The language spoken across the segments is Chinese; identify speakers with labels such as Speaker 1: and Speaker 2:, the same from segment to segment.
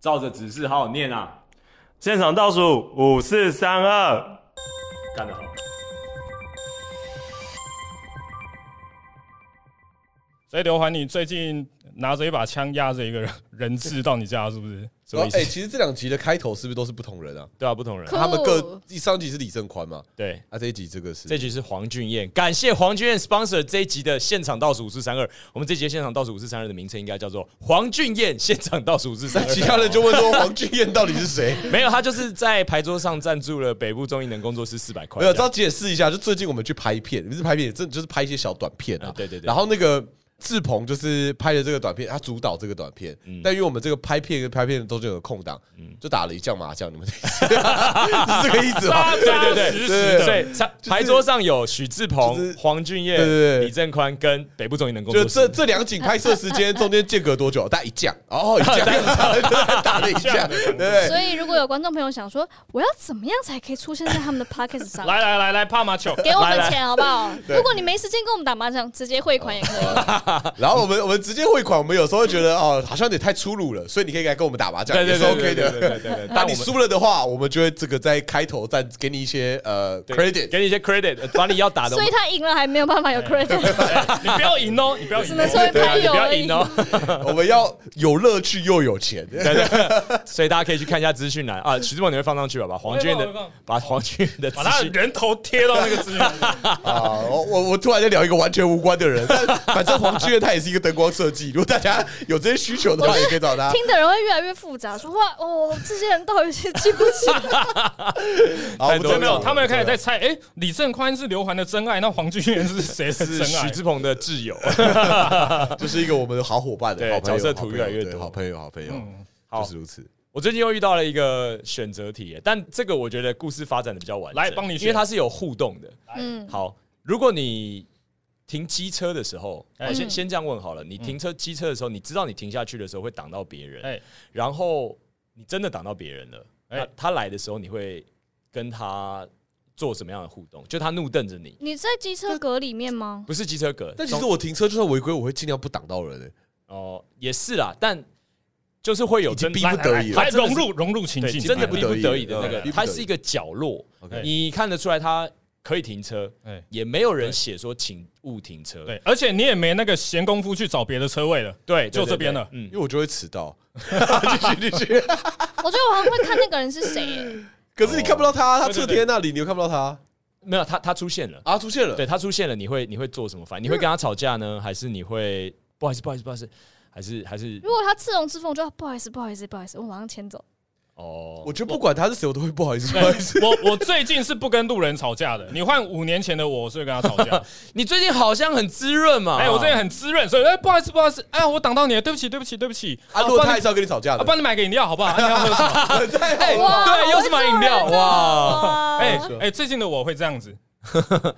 Speaker 1: 照着指示好好念啊！
Speaker 2: 现场倒数五四三二，
Speaker 1: 干得好！
Speaker 3: 所以刘环，你最近拿着一把枪压着一个人人质到你家，是不是？什
Speaker 4: 然
Speaker 3: 么
Speaker 4: 后
Speaker 3: 意，思？
Speaker 4: 哎，其实这两集的开头是不是都是不同人啊？
Speaker 5: 对啊，不同人。
Speaker 4: 他们各上集是李正宽嘛，
Speaker 5: 对，
Speaker 4: 啊，这一集这个是
Speaker 5: 这局是黄俊彦，感谢黄俊彦 sponsor 这一集的现场倒数五四三二。我们这集的现场倒数五四三二的名称应该叫做黄俊彦现场倒数五 四三
Speaker 4: 其
Speaker 5: 二。
Speaker 4: 他人就问说黄俊彦到底 是谁？
Speaker 5: 没有，他就是在牌桌上赞助了北部中艺能工作室四百块。
Speaker 4: 没有，要解释一下，就最近我们去拍片，不是拍片，真的就是拍一些小短片啊
Speaker 5: 啊。对对对
Speaker 4: 然后那个志鹏就是拍的这个短片，他主导这个短片，
Speaker 5: 嗯
Speaker 4: 但因为我们这个拍片跟拍片中间有空档，就打了一将麻将，你们 是这啊个意思吗？
Speaker 5: 对 对对
Speaker 3: 实
Speaker 5: 对对，
Speaker 3: 实的
Speaker 5: 所以他
Speaker 4: 是
Speaker 5: 牌桌上有许志
Speaker 4: 就是
Speaker 5: 鹏、黄俊彦
Speaker 4: 对对、对
Speaker 5: 李正宽跟北部中艺能工
Speaker 4: 就
Speaker 5: 作
Speaker 4: 这
Speaker 5: 室。
Speaker 4: 这两景拍摄时间中间间隔多久？大概一将，哦，一 将 打了一将，对不对？
Speaker 6: 所以如果有观众朋友想说，我要怎么样才可以出现在他们的 podcast 上？
Speaker 3: 来来来来，帕马球，
Speaker 6: 给我们钱好不好？如果你没时间跟我们打麻将，直接汇款也可以。
Speaker 4: 然后我们我们直接汇款，我们有时候会觉得哦，好像有点太粗鲁了，所以你可以来跟我们打麻将，
Speaker 5: 对
Speaker 4: 也
Speaker 5: 对
Speaker 4: 是
Speaker 5: 对
Speaker 4: OK
Speaker 5: 对对对
Speaker 4: 的。
Speaker 5: 对对。
Speaker 4: 那
Speaker 5: 但
Speaker 4: 你
Speaker 5: 我们
Speaker 4: 输了的话，我们就会这个在开头再给你一些呃 credit，
Speaker 5: 给你一些 credit，呃把你要打的我
Speaker 6: 所以
Speaker 5: 们哎
Speaker 6: 他赢了还没有办法 有 credit，
Speaker 3: 你不要赢哦，你不要
Speaker 6: 只
Speaker 3: 赢
Speaker 6: 能作为
Speaker 3: 哦。
Speaker 6: 牌友
Speaker 5: 不要
Speaker 6: 而已
Speaker 5: 赢。哦。
Speaker 4: 我们要有乐趣又有钱。
Speaker 5: 所以大家可以去看一下资讯栏啊，徐志鹏你会放上去吧？把黄俊彦
Speaker 3: 我会放我
Speaker 5: 的
Speaker 3: 会放
Speaker 5: 把黄俊彦的资
Speaker 3: 把他的
Speaker 5: 讯
Speaker 3: 人头贴到那个资 源，
Speaker 4: 啊，我我我突然间聊一个完全无关的人，但反正黄志远他也是一个灯光设计，如果大家有这些需求的话，也可以 找他。
Speaker 6: 听的人会越来越复杂，说哇哦，这些人到底是记不起 来，
Speaker 4: 好，我
Speaker 3: 没
Speaker 5: 哦
Speaker 3: 有
Speaker 4: 们
Speaker 3: 没有，他们开始在猜，哎，李正宽是刘环的真爱，那黄俊 彦是谁 的
Speaker 5: 是
Speaker 3: 真爱
Speaker 5: 许？志鹏的挚 友。
Speaker 4: 就是一个我们的好伙伴的
Speaker 5: 对
Speaker 4: 好朋友，
Speaker 5: 角色图越来越多嗯
Speaker 4: 对好朋友，好朋友，嗯
Speaker 5: 好
Speaker 4: 就是如此。
Speaker 5: 我最近又遇到了一个选择题耶，但这个我觉得故事发展的比较完整，
Speaker 3: 来帮你选
Speaker 5: 因为它是有互动的。
Speaker 6: 嗯，
Speaker 5: 好，如果你停机车的时候，
Speaker 3: 哎
Speaker 5: 我先
Speaker 6: 嗯
Speaker 5: 先这样问好了，你停车机车的时候，你知道你停下去的时候会挡到别人，
Speaker 3: 哎
Speaker 5: 然后你真的挡到别人了，
Speaker 3: 哎
Speaker 5: 那他来的时候你会跟他做什么样的互动？就他怒瞪着你，
Speaker 6: 你在机车格里面吗？
Speaker 5: 不是机车格，
Speaker 4: 但其实我停车就算违规，我会尽量不挡到人、欸。
Speaker 5: 哦、也是啦，但就是会有
Speaker 4: 已经
Speaker 5: 真
Speaker 4: 逼
Speaker 3: 来
Speaker 4: 不得
Speaker 3: 来
Speaker 4: 已
Speaker 3: 来
Speaker 4: 了
Speaker 3: 来融入融入情
Speaker 5: 对，
Speaker 3: 境，
Speaker 5: 真的
Speaker 4: 不
Speaker 5: 逼
Speaker 4: 得
Speaker 5: 不
Speaker 4: 已
Speaker 5: 得已的那
Speaker 4: 对逼
Speaker 5: 个，
Speaker 4: 不得
Speaker 5: 它
Speaker 4: 已
Speaker 5: 是一个角落
Speaker 4: OK
Speaker 5: 你看得出来它可以停车，
Speaker 3: 哎
Speaker 5: 也没有人写说请勿停车，
Speaker 3: 对，而且你也没那个闲工夫去找别的车位了，
Speaker 5: 对，
Speaker 3: 就
Speaker 5: 对
Speaker 3: 这边了，
Speaker 5: 嗯
Speaker 4: 因，为我就会迟到。继续继续。
Speaker 6: 我觉得我好像会看那个人是谁、欸
Speaker 4: 可是你看不到他，啊他
Speaker 3: 对对
Speaker 4: 侧贴在那里，你又看不到他
Speaker 5: 没有，它它出现了，
Speaker 4: 啊，出现了。
Speaker 5: 对，它出现了，你会你会做什么反应？你会跟他吵架呢，还是你会不好意思不好意思不好意思，还是还是
Speaker 6: 如果他赤龙之凤，我就要不好意思，不好意思，不好意思，我马上牵走。
Speaker 5: 哦
Speaker 4: 我觉得不管他是谁，我都会不好意思，不好意思。
Speaker 3: 我我最近是不跟路人吵架的，你换五年前的我，我是会跟他吵 架。
Speaker 5: 你最近好像很滋润嘛？
Speaker 3: 哎、我最近很滋润，所以哎、不好意思，不好意思，哎、我挡到你了，对不起，对不起，对不起。
Speaker 4: 啊，如
Speaker 3: 我
Speaker 4: 果
Speaker 3: 帮
Speaker 4: 他
Speaker 3: 你
Speaker 4: 还是要跟你吵架
Speaker 3: 啊，
Speaker 4: 的，
Speaker 3: 帮你买个饮料，好不好？啊、你 要喝什么？
Speaker 4: 太好了。
Speaker 5: 对，又是哦买饮料哇！
Speaker 6: 哇，
Speaker 3: 哎哎、最近的我会这样子，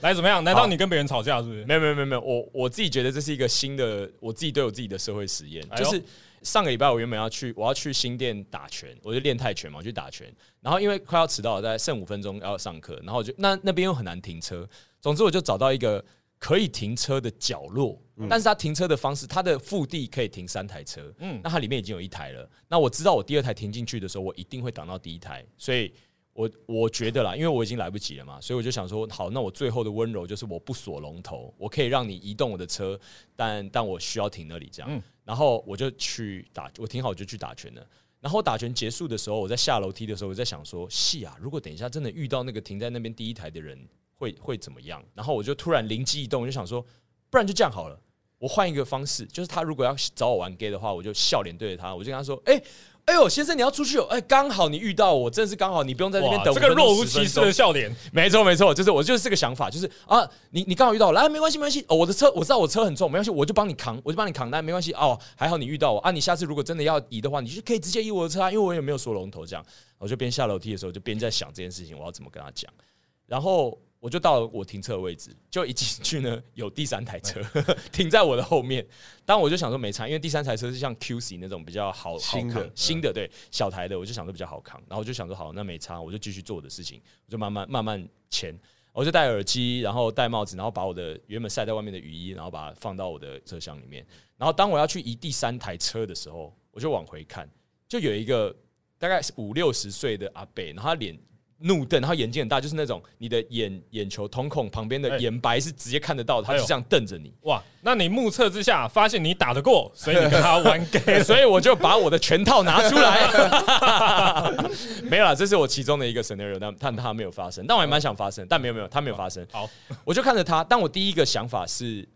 Speaker 3: 来怎么样？难道你跟别人吵架是不是？
Speaker 5: 没有没有没有没有，我我自己觉得这是一个新的，我自己对我自己的社会实验，
Speaker 3: 哎
Speaker 5: 就
Speaker 3: 呦
Speaker 5: 是上个礼拜我原本要去我要去新店打拳，我就练泰拳嘛，我去打拳，然后因为快要迟到了，大概剩五分钟要上课，然后我就那那边又很难停车，总之我就找到一个可以停车的角落，
Speaker 3: 嗯
Speaker 5: 但是它停车的方式，它的腹地可以停三台车，嗯，那它里面已经有一台了，那我知道我第二台停进去的时候，我一定会挡到第一台，所以。我我觉得啦，因为我已经来不及了嘛，所以我就想说，好，那我最后的温柔就是我不锁龙头，我可以让你移动我的车，但但我需要停那里这样。然后我就去打，我停好我就去打拳了。然后打拳结束的时候，我在下楼梯的时候，我在想说，是啊，如果等一下真的遇到那个停在那边第一台的人，会会怎么样？然后我就突然灵机一动，我就想说，不然就这样好了，我换一个方式，就是他如果要找我玩 gay 的话，我就笑脸对着他，我就跟他说，哎、哎呦，先生，你要出去哦！哎，刚好你遇到我，真的是刚好，你不用在那边
Speaker 3: 哇，
Speaker 5: 等。
Speaker 3: 这个若无其事的，笑脸，
Speaker 5: 没错没错，就是我就是这个想法，就是啊，你你刚好遇到我，来、没关系没关系，哦，我的车我知道我车很重，没关系，我就帮你扛，我就帮你扛，那没关系哦，还好你遇到我啊，你下次如果真的要移的话，你就可以直接移我的车啊，因为我也没有锁龙头这样。我就边下楼梯的时候就边在想这件事情，我要怎么跟他讲。然后我就到了我停车的位置，就一进去呢，有第三台车
Speaker 4: 嗯
Speaker 5: 停在我的后面。当我就想说没差，因为第三台车是像 QC 那种比较好好
Speaker 4: 新的
Speaker 5: 扛
Speaker 4: 嗯，
Speaker 5: 新的对小台的，我就想说比较好扛。然后我就想说好，那没差，我就继续做我的事情，我就慢慢慢慢前。我就戴耳机，然后戴帽子，然后把我的原本晒在外面的雨衣，然后把它放到我的车厢里面。然后当我要去移第三台车的时候，我就往回看，就有一个大概是五六十岁的阿伯，然后他脸怒瞪，然后眼睛很大，就是那种你的眼眼球瞳孔旁边的
Speaker 3: 哎
Speaker 5: 眼白是直接看得到的，他
Speaker 3: 哎
Speaker 5: 就
Speaker 3: 呦
Speaker 5: 这样瞪着你。
Speaker 3: 哇，那你目测之下发现你打得过，所以你跟他玩 gay，
Speaker 5: 所以我就把我的拳套拿出来， 没有啦，这是我其中的一个 scenario，但但它没有发生，但我还蛮想发生，但没有没有，它没有发生。
Speaker 3: 好，
Speaker 5: 我就看着他，但我第一个想法是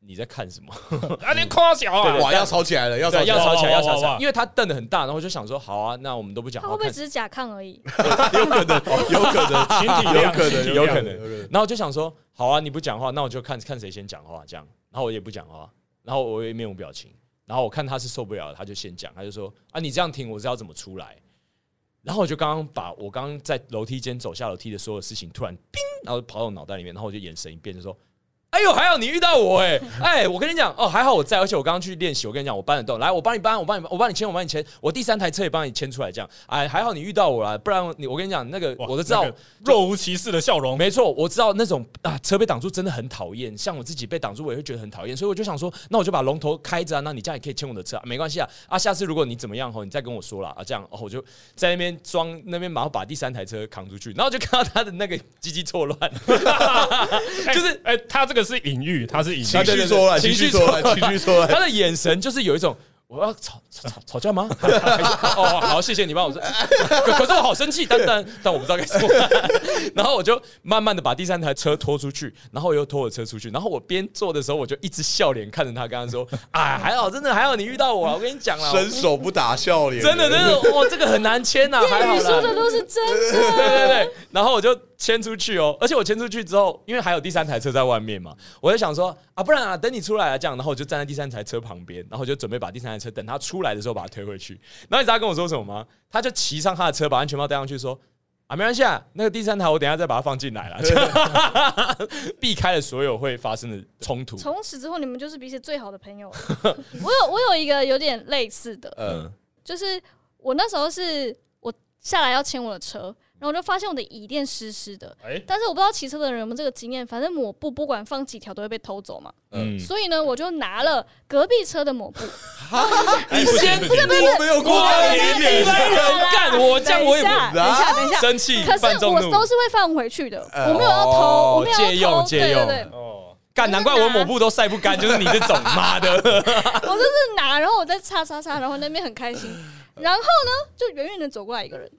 Speaker 5: 你在看什么？
Speaker 3: 啊，你夸小啊，
Speaker 4: 哇，要吵起来了，要吵
Speaker 5: 对，
Speaker 4: 起
Speaker 5: 哦要
Speaker 4: 来了，
Speaker 5: 吵起来，
Speaker 3: 哇
Speaker 5: 要
Speaker 3: 哇
Speaker 5: 吵起
Speaker 3: 哇
Speaker 5: 来
Speaker 3: 哇，
Speaker 5: 因为他瞪得很大，然后我就想说，好啊，那我们都不讲
Speaker 6: 他
Speaker 5: 话，
Speaker 6: 会不会
Speaker 5: 看
Speaker 6: 只是甲亢而已？
Speaker 5: 有可能，有可能，
Speaker 3: 群体量，
Speaker 5: 可
Speaker 3: 群
Speaker 5: 能，
Speaker 3: 体
Speaker 5: 有
Speaker 3: 量
Speaker 5: 可能。然后我就想说，好啊，你不讲话，那我就看看谁先讲话，这样。然后我也不讲话，然后我也面无表情。然后我看他是受不了了，他就先讲，他就说：“啊，你这样停，我知道怎么出来。”然后我就刚刚把我刚刚在楼梯间走下楼梯的所有事情，突然冰，然后跑到我脑袋里面，然后我就眼神一变，就说：“哎呦，还好你遇到我哎、哎，我跟你讲哦，还好我在，而且我刚刚去练习，我跟你讲，我搬得动，来，我帮你搬，我帮你搬，我帮你牵，我帮你牵，我第三台车也帮你牵出来，这样，哎，还好你遇到我了，不然你，我跟你讲，那个
Speaker 3: 哇
Speaker 5: 我都知道
Speaker 3: 那，个若无其事的笑容，
Speaker 5: 没错，我知道那种啊车被挡住真的很讨厌，像我自己被挡住我也会觉得很讨厌，所以我就想说，那我就把龙头开着啊，那你这样也可以牵我的车、啊，没关系啊啊，下次如果你怎么样吼，你再跟我说啦啊，这样哦，我就在那边装那边马上把第三台车扛出去，然后就看到他的那个鸡鸡错乱，
Speaker 3: 哎
Speaker 5: 就是
Speaker 3: 哎，他这个是隐喻，他是隐
Speaker 4: 情
Speaker 3: 喻，
Speaker 4: 绪说来，
Speaker 5: 情
Speaker 4: 情
Speaker 5: 绪
Speaker 4: 绪
Speaker 5: 说
Speaker 4: 说
Speaker 5: 来
Speaker 4: 来，情绪说 来，
Speaker 5: 他的眼神就是有一种。我要吵吵吵吵架吗？ 还是哦，好，谢谢你帮我说。可可是我好生气，但但但我不知道该怎么办。 然后我就慢慢的把第三台车拖出去，然后我又拖我车出去。然后我边坐的时候，我就一直笑脸看着他，跟他说：“哎，还好，真的还好，你遇到我啊！我跟你讲啦，
Speaker 4: 伸手不打笑脸，
Speaker 5: 真的真的，哇，这个很难签呐、啊，还好
Speaker 6: 你说
Speaker 5: 啦。
Speaker 6: 的都是真的。
Speaker 5: 对对对，然后我就牵出去哦，而且我牵出去之后，因为还有第三台车在外面嘛，我就想说啊，不然啊，等你出来啊，这样，然后我就站在第三台车旁边，然后我就准备把第三台车等他出来的时候把他推回去。然后你知道他跟我说什么吗？他就骑上他的车，把安全帽戴上去，说。啊，没关系啊，那个第三台我等一下再把它放进来了，这样避开了所有会发生的冲突。
Speaker 6: 从此之后，你们就是彼此最好的朋友了。我有我有一个有点类似的，
Speaker 4: 嗯，
Speaker 6: 就是我那时候是我下来要牵我的车，然后我就发现我的椅垫湿湿的。
Speaker 3: 哎
Speaker 6: 但是我不知道骑车的人有没有这个经验，反正抹布不管放几条都会被偷走嘛。
Speaker 5: 嗯，
Speaker 6: 所以呢，我就拿了隔壁车的抹布，
Speaker 3: 你先不是
Speaker 4: 哎我没有过来，
Speaker 5: 你来人干我，这样我也
Speaker 6: 等一下，
Speaker 5: 不
Speaker 6: 等一下，等一下。
Speaker 5: 生气，
Speaker 6: 可
Speaker 5: 犯
Speaker 6: 是
Speaker 5: 众
Speaker 6: 我
Speaker 5: 怒。
Speaker 6: 都是会放回去的，
Speaker 4: 呃
Speaker 6: 我没有要
Speaker 5: 哦
Speaker 6: 偷，我没有
Speaker 5: 借用
Speaker 6: 要偷，
Speaker 5: 借
Speaker 6: 对对
Speaker 5: 用
Speaker 6: 对，
Speaker 3: 哦，
Speaker 5: 干，难怪我抹布都晒不干，就是你这种妈的。
Speaker 6: 我就是拿，然后我再擦擦擦，然后那边很开心。然后呢，就远远的走过来一个人，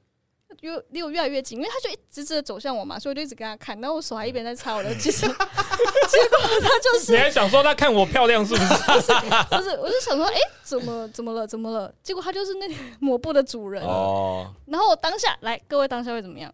Speaker 6: 离我离我越来越近，因为他就一直直的走向我嘛，所以我就一直跟他看。然后我手还一边在擦我的机车，结果他就是
Speaker 3: 你还想说他看我漂亮是不是？
Speaker 6: 不是，我就想说，哎、怎么怎么了，怎么了？结果他就是那个抹布的主人。
Speaker 5: 哦，
Speaker 6: 然后我当下来，各位当下会怎么样？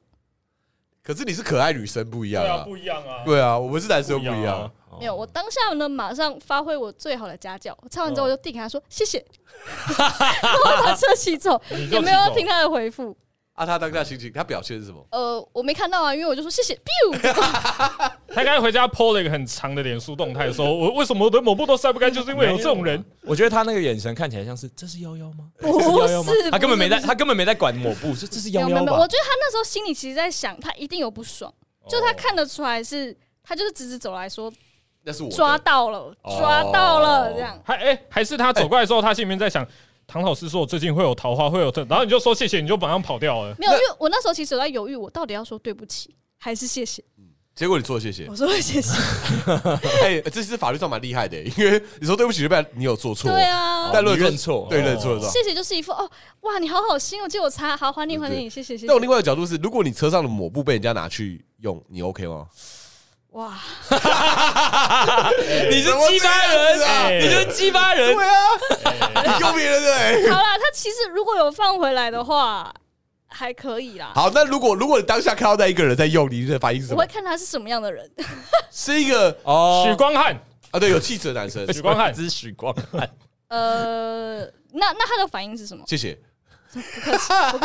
Speaker 4: 可是你是可爱女生不一样啊，
Speaker 3: 一样啊
Speaker 4: 对啊，我们是男生不一样，
Speaker 6: 没有，我当下呢，马上发挥我最好的家教。我擦完之后，我就递给他说谢谢， 然后把车骑走，
Speaker 3: 你就
Speaker 6: 也没有要
Speaker 3: 骑走
Speaker 6: 听他的回复。
Speaker 4: 啊，他当下心情，他表现是什么？
Speaker 6: 呃，我没看到啊，因为我就说谢 谢，biu 这种
Speaker 3: 他刚才回家 PO 了一个很长的脸书动态，说我为什么我的抹布都晒不干，就是因为有这种 人。
Speaker 5: 我觉得他那个眼神看起来像是这是幺幺吗？
Speaker 6: 不
Speaker 5: 这幺幺吗
Speaker 6: 是，
Speaker 5: 他根本没
Speaker 6: 不
Speaker 5: 在，
Speaker 6: 是
Speaker 5: 他根本没在管抹布，这这是
Speaker 6: 没有
Speaker 5: 幺
Speaker 6: 没有
Speaker 5: 幺
Speaker 6: 没有，我
Speaker 5: 吧？哦
Speaker 6: 觉得他那时候心里其实在想，他一定有不爽，就他看得出来是，他就是直直走来说
Speaker 4: 那是我的
Speaker 6: 抓到了，抓
Speaker 5: 哦
Speaker 6: 到了这样。
Speaker 3: 还哎、还是他走过来之后，他心里面在想，唐老师说我最近会有桃花，会有这，然后你就说谢谢，你就马上跑掉了。
Speaker 6: 没有，因为我那时候其实有在犹豫，我到底要说对不起还是 谢谢。
Speaker 4: 结果你说谢谢
Speaker 6: 我，说谢谢，
Speaker 4: 哎，这是法律上蛮厉害的，因为你说对不起，代表你有做错，
Speaker 6: 对啊，
Speaker 4: 但论
Speaker 5: 你认错
Speaker 4: 对哦认错是吧？
Speaker 6: 谢谢就是一副哦，哇，你好好心哦，借我擦，好还你还你，谢谢谢
Speaker 4: 但我另
Speaker 6: 谢。
Speaker 4: 外一个角度是，如果你车上的抹布被人家拿去用，你 OK 吗？
Speaker 6: 哇，
Speaker 5: 你是鸡巴人，哎你就是鸡巴人。
Speaker 4: 啊你用别人的欸。
Speaker 6: 好啦，他其实如果有放回来的话，还可以啦。
Speaker 4: 好，那如果如果你当下看到那一个人在用，你的反应是什
Speaker 6: 我
Speaker 4: 么
Speaker 6: 会？看他是什么样的人。
Speaker 4: 是一个
Speaker 3: 许
Speaker 5: 哦，
Speaker 3: 光汉，
Speaker 4: 啊，对，有气质的男生。
Speaker 3: 许光汉
Speaker 5: 这是许光汉，
Speaker 6: 呃，那那他的反应是什么？
Speaker 4: 谢谢。
Speaker 6: 不客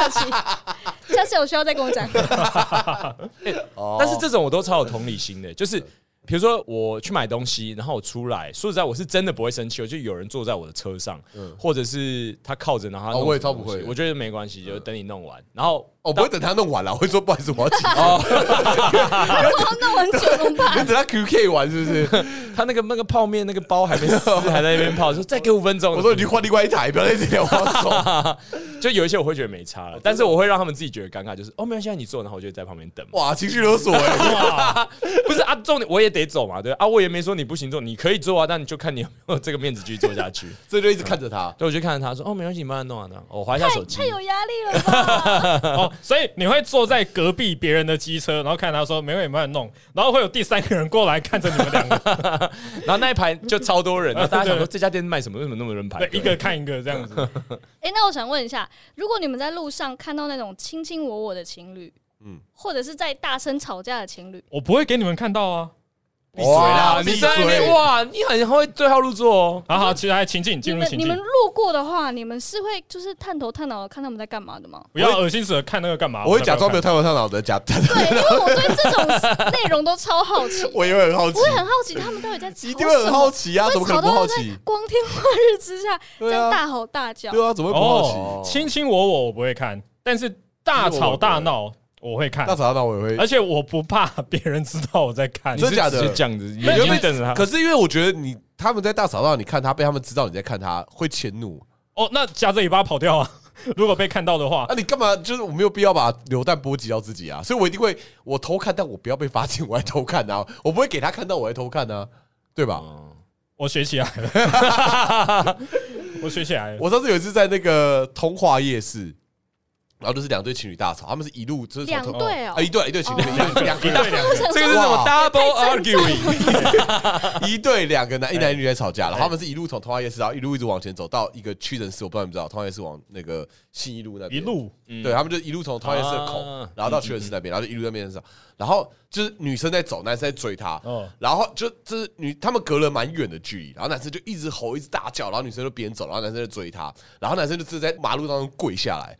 Speaker 6: 气， 下次有需要再跟我讲。
Speaker 4: 哦
Speaker 5: 但是这种我都超有同理心的，就是比如说我去买东西，然后我出来，说实在，我是真的不会生气，我就有人坐在我的车上，或者是他靠着，然后他弄
Speaker 4: 嗯哦我也
Speaker 5: 什么
Speaker 4: 超不
Speaker 5: 东西
Speaker 4: 会嗯
Speaker 5: 我觉得没关系，就等你弄完，然后
Speaker 4: 我哦不会等他弄完了，我会说不好意思，我要起
Speaker 5: 哦
Speaker 4: 床。
Speaker 6: 如果要弄很久怎么
Speaker 4: 你
Speaker 6: 办？
Speaker 4: 等他 QK 完是 不是？
Speaker 5: 他那个那个泡面那个包还没撕，还在那边泡，说再给五分钟。
Speaker 4: 我说你去换另外一台，不要在这里我要走。
Speaker 5: 就有一些我会觉得没差了，但是我会让他们自己觉得尴尬，就是哦，没有，现在你做，然后我就在旁边等嘛。
Speaker 4: 哇，情绪勒索哎！
Speaker 5: 不是啊，重点我也得走嘛，对啊，我也没说你不行做，你可以做啊，但你就看你有没有这个面子继续做下去。
Speaker 4: 所以就一直看着他。
Speaker 5: 对，我就看着他说，哦，没关系，你慢慢弄啊，那我划一下手机
Speaker 6: 太。有压力了 吧？
Speaker 3: 哦，所以你会坐在隔壁别人的机车，然后看他说没有也没有弄，然后会有第三个人过来看着你们 两个，
Speaker 5: 然后那一排就超多人，然后大家想说
Speaker 3: 对
Speaker 5: 这家店卖什么，为什么那么多人排
Speaker 3: 对
Speaker 5: 队？
Speaker 3: 一个看一个这样子。
Speaker 6: 哎、那我想问一下，如果你们在路上看到那种卿卿我我的情侣，
Speaker 4: 嗯
Speaker 6: 嗯，或者是在大声吵架的情侣，
Speaker 3: 我不会给你们看到啊。
Speaker 4: 哇
Speaker 5: 你在那边哇，你很会对号入座哦。
Speaker 3: 好好，其他情境
Speaker 6: 你
Speaker 3: 进入
Speaker 6: 们
Speaker 3: 情
Speaker 6: 你们
Speaker 3: 境，
Speaker 6: 路过的话，你们是会就是探头探脑的看他们在干 嘛的吗？
Speaker 3: 不要恶心死了，看那个干嘛？
Speaker 4: 我会假装没有
Speaker 3: 的。
Speaker 4: 太头上脑的假，
Speaker 6: 对，因为我对这种内容都超好 奇，
Speaker 4: 我也会很好奇
Speaker 6: 我，会很好奇他们到底在吵
Speaker 4: 一定会
Speaker 6: 什
Speaker 4: 很好
Speaker 6: 么。
Speaker 4: 奇啊，
Speaker 6: 会
Speaker 4: 怎么可能不
Speaker 6: 吵到
Speaker 4: 好
Speaker 6: 在
Speaker 4: 奇？
Speaker 6: 光天化日之下，这
Speaker 4: 对
Speaker 6: 样
Speaker 4: 啊，
Speaker 6: 大吼大叫，
Speaker 4: 对啊，怎么会不好
Speaker 3: 哦，
Speaker 4: 奇？
Speaker 3: 卿卿我我我不会看，但是大吵大闹我会看
Speaker 4: 大，吵大闹我也会
Speaker 3: 而且我不怕别人知道我在看。
Speaker 4: 真的假的
Speaker 5: 你是直接这样子，
Speaker 3: 那
Speaker 5: 远
Speaker 3: 你
Speaker 5: 远等着他。
Speaker 4: 可是因为我觉得你他们在大吵闹，你看他被他们知道你在看他，会迁怒。
Speaker 3: 哦，那夹着尾巴跑掉啊！ 如果被看到的话，
Speaker 4: 啊那你干嘛？就是我没有必要把流弹波及到自己啊，所以我一定会我偷看，但我不要被发现我在偷看啊，我不会给他看到我在偷看啊，对吧？
Speaker 3: 我学起来了， 我学起来了。
Speaker 4: 我上次有一次在那个通化夜市，然后就是两对情侣大吵，他们是一路就是从
Speaker 6: 两
Speaker 4: 头
Speaker 6: 对哦
Speaker 4: 啊，一对一对情侣，
Speaker 6: 哦
Speaker 4: 两两个男
Speaker 6: 我想
Speaker 5: 这个是
Speaker 6: 说，
Speaker 5: 什么
Speaker 4: 哇
Speaker 5: double
Speaker 6: 太正常
Speaker 5: arguing？
Speaker 4: 一对两个男
Speaker 3: 哎
Speaker 4: 一男一女在吵架，然后他们是一路从通化夜市，然后一路一直往前走到一个屈臣氏，我不知道你们知道，通化夜市往那个信义路那边
Speaker 3: 一路
Speaker 4: 对他们就一路从桃园市的口
Speaker 5: 啊，
Speaker 4: 然后到屈臣氏那边，然后就一路在那边上，然后就是女生在走，男生在追她
Speaker 3: 哦，
Speaker 4: 然后就就是女他们隔了蛮远的距离，然后男生就一直吼一直大叫，然后女生就边走，然后男生就追她，然后男生就直接在马路当中跪下来，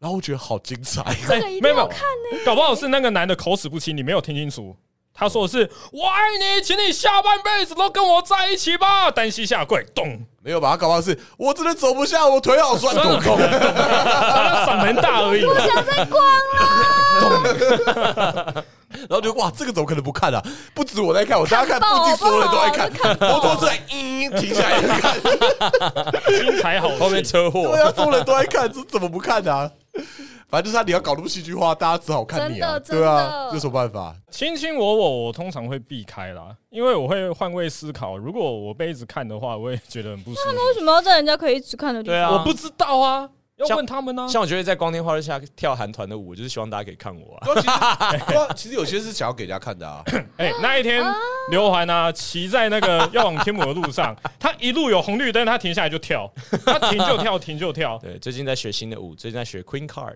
Speaker 4: 然后我觉得好精彩，
Speaker 6: 这个一定
Speaker 3: 没有没
Speaker 6: 要
Speaker 3: 有
Speaker 6: 看呢、
Speaker 3: 搞不好是那个男的口齿不清，你没有听清楚。他说的是“我爱你，请你下半辈子都跟我在一起吧”，单膝下跪，咚，
Speaker 4: 没有把他搞忘是，我真的走不下，我腿好酸，
Speaker 3: 真
Speaker 4: 抖
Speaker 3: 的
Speaker 4: 空，
Speaker 3: 他嗓门大而已。
Speaker 6: 不想再逛了，
Speaker 4: 然后就哇，这个怎么可能不看啊？不止我在看，我大家看
Speaker 6: 看爆
Speaker 4: 附近所有人都在看，
Speaker 6: 好不
Speaker 4: 摩托车还嗯停下来看，
Speaker 3: 精彩好戏，
Speaker 5: 后面车祸
Speaker 4: 对，啊，所有人都在看，这怎么不看啊？反正就是他，你要搞那么戏剧化，大家只好看你啊，
Speaker 6: 真的
Speaker 4: 对啊
Speaker 6: 真，的
Speaker 4: 有什么办 法？
Speaker 3: 卿卿我我，我通常会避开啦，因为我会换位思考。如果我被一直看的话，我也觉得很不舒
Speaker 6: 为
Speaker 3: 服。
Speaker 6: 什么要在人家可以一直看的地
Speaker 5: 对啊，
Speaker 6: 方？
Speaker 3: 我不知道啊，要
Speaker 5: 像
Speaker 3: 问他们呢、
Speaker 5: 像我觉得在光天化日下跳韩团的舞，我就是希望大家可以看我啊。
Speaker 4: 对啊其实对啊，其实有些是想要给人家看的啊，
Speaker 3: 哎、那一天刘环呢，骑在那个 要往天母的路上，他一路有红绿灯，他停下来就跳，他停就跳，停就跳。
Speaker 5: 对，最近在学新的舞，最近在学 Queen Card。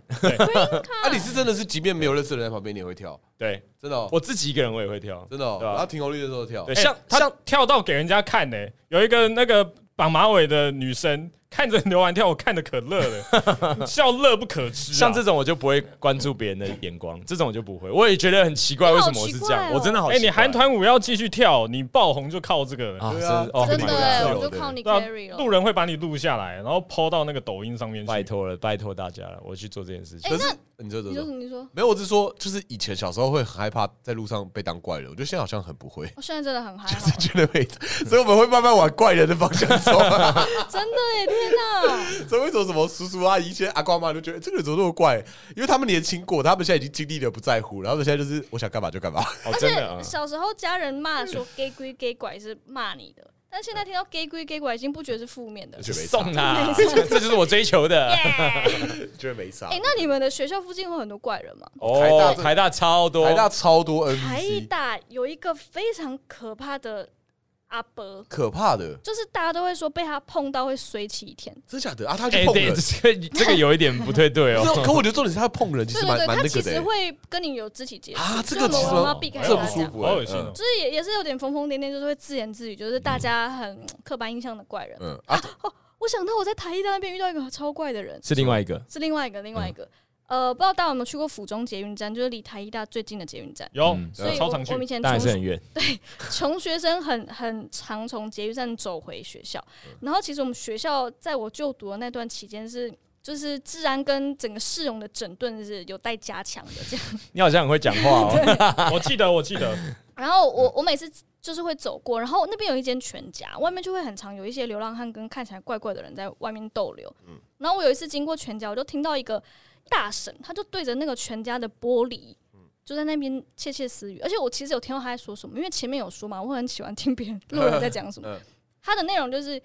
Speaker 4: 啊，你是真的是，即便没有认识的人在旁边，你也会跳，
Speaker 5: 对
Speaker 4: 真的哦，
Speaker 5: 我自己一个人我也会跳。
Speaker 4: 真的哦。
Speaker 5: 对啊
Speaker 4: 然后停红绿灯的时候跳
Speaker 5: 对，，
Speaker 3: 哎
Speaker 5: 像
Speaker 3: 他
Speaker 5: 像
Speaker 3: 跳到给人家看呢、有一个那个绑马尾的女生 看着刘环跳，我看的可乐 了，笑乐不可支、啊。
Speaker 5: 像这种我就不会关注别人的眼光，这种我就不会。我也觉得很奇怪，为什么我是这
Speaker 6: 你好奇
Speaker 5: 样？
Speaker 6: 怪哦
Speaker 5: 我真的好奇
Speaker 3: 哎、
Speaker 5: 怪。
Speaker 3: 你韩团舞要继续跳，你爆红就靠这个了。
Speaker 5: 啊，
Speaker 4: 对
Speaker 5: 真
Speaker 4: 啊
Speaker 5: 的哦
Speaker 6: 真的、欸，
Speaker 4: 对
Speaker 6: 我就靠你
Speaker 3: 对啊
Speaker 6: carry 了。
Speaker 3: 路人会把你录下来，然后抛到那个抖音上面去。
Speaker 5: 拜托了，拜托大家了，我去做这件事情哦
Speaker 6: 哎、。
Speaker 4: 可是嗯
Speaker 6: 那
Speaker 4: 你这这
Speaker 6: 你说什
Speaker 4: 这。
Speaker 6: 么？你说，
Speaker 4: 没有，我是说，就是以前小时候会很害怕在路上被当怪人，我觉得现在好像很不会，
Speaker 6: 我哦现在 真的很还
Speaker 4: 就
Speaker 6: 好
Speaker 4: 是，觉得会，所以我们会慢慢往怪人的方向走、啊
Speaker 6: 真的耶！天 哪，
Speaker 4: 所以为什么什么叔叔阿姨、一些阿公阿妈都觉得、欸这个人怎么那么怪？因为他们年轻过，他们现在已经经历了不在乎，然后他们现在就是我想干嘛就 干嘛。
Speaker 5: 哦，
Speaker 6: 而
Speaker 5: 真的啊
Speaker 6: 且，小时候家人骂说 “gay 归 gay 拐”是骂你的，但现在听到 “gay 归 gay 拐”已经不觉得是负面的。
Speaker 4: 觉得没差
Speaker 5: 送啊，这就是我追求的。
Speaker 4: 觉得没啊差。
Speaker 6: 哎、那你们的学校附近会很多怪人吗？
Speaker 4: 台大
Speaker 5: 哦，台大超多，
Speaker 4: 台大超多
Speaker 6: 台
Speaker 4: NPC，
Speaker 6: 大有一个非常可怕的阿伯，
Speaker 4: 可怕的，
Speaker 6: 就是大家都会说被他碰到会衰气一天。
Speaker 4: 真假的啊？他去
Speaker 5: 哎，
Speaker 4: 碰
Speaker 5: 对，
Speaker 4: 人，
Speaker 5: 这个这个有一点不对对
Speaker 4: 不是
Speaker 5: 哦。
Speaker 4: 可我觉得重点是他碰人，其
Speaker 6: 对
Speaker 4: 实
Speaker 6: 对
Speaker 4: 蛮
Speaker 6: 对，
Speaker 4: 蛮
Speaker 6: 他
Speaker 4: 那
Speaker 6: 其
Speaker 4: 个
Speaker 6: 实
Speaker 4: 的欸
Speaker 6: 会跟你有肢体接触
Speaker 4: 啊，这
Speaker 6: 所以
Speaker 4: 个
Speaker 6: 我
Speaker 4: 其
Speaker 6: 们
Speaker 4: 实
Speaker 6: 我们要避开
Speaker 4: 这
Speaker 6: 大
Speaker 4: 不
Speaker 6: 家
Speaker 4: 舒服，
Speaker 3: 好恶心哦
Speaker 4: 嗯
Speaker 6: 就是也也是有点疯疯癫癫，就是会自言自语，就是大家很嗯刻板印象的怪人。
Speaker 4: 嗯啊，
Speaker 6: 我想到我在台艺大那边遇到一个超怪的人，
Speaker 5: 是另外一个，
Speaker 6: 是另外一个另
Speaker 4: 嗯
Speaker 6: 外一个，呃，不知道大家有没有去过府中捷运站，就是离台艺大最近的捷运站。
Speaker 3: 有、
Speaker 5: 嗯
Speaker 4: 啊
Speaker 6: 所以我，
Speaker 3: 超
Speaker 6: 我
Speaker 3: 常去
Speaker 6: 们以前
Speaker 5: 当然是
Speaker 6: 穷
Speaker 5: 很远。
Speaker 6: 穷学生很很常
Speaker 4: 嗯
Speaker 6: 从捷运站走回学校，然后其实我们学校在我就读的那段期间是就是治安跟整个市容的整顿是有待加强的这样。
Speaker 5: 你好像很会讲话哦。
Speaker 3: 我记得，我记 得，
Speaker 6: 然后我我每次就是会走过，然后那边有一间全家，外面就会很常有一些流浪汉跟看起来怪怪的人在外面逗留。然后我有一次经过全家，我就听到一个大婶，她就对着那个全家的玻璃。就在那边窃窃私语，而且我其实有听到她在说什么，因为前面有说嘛，我很喜欢听别人路人在讲什么
Speaker 4: 嗯。
Speaker 6: 她的内容就是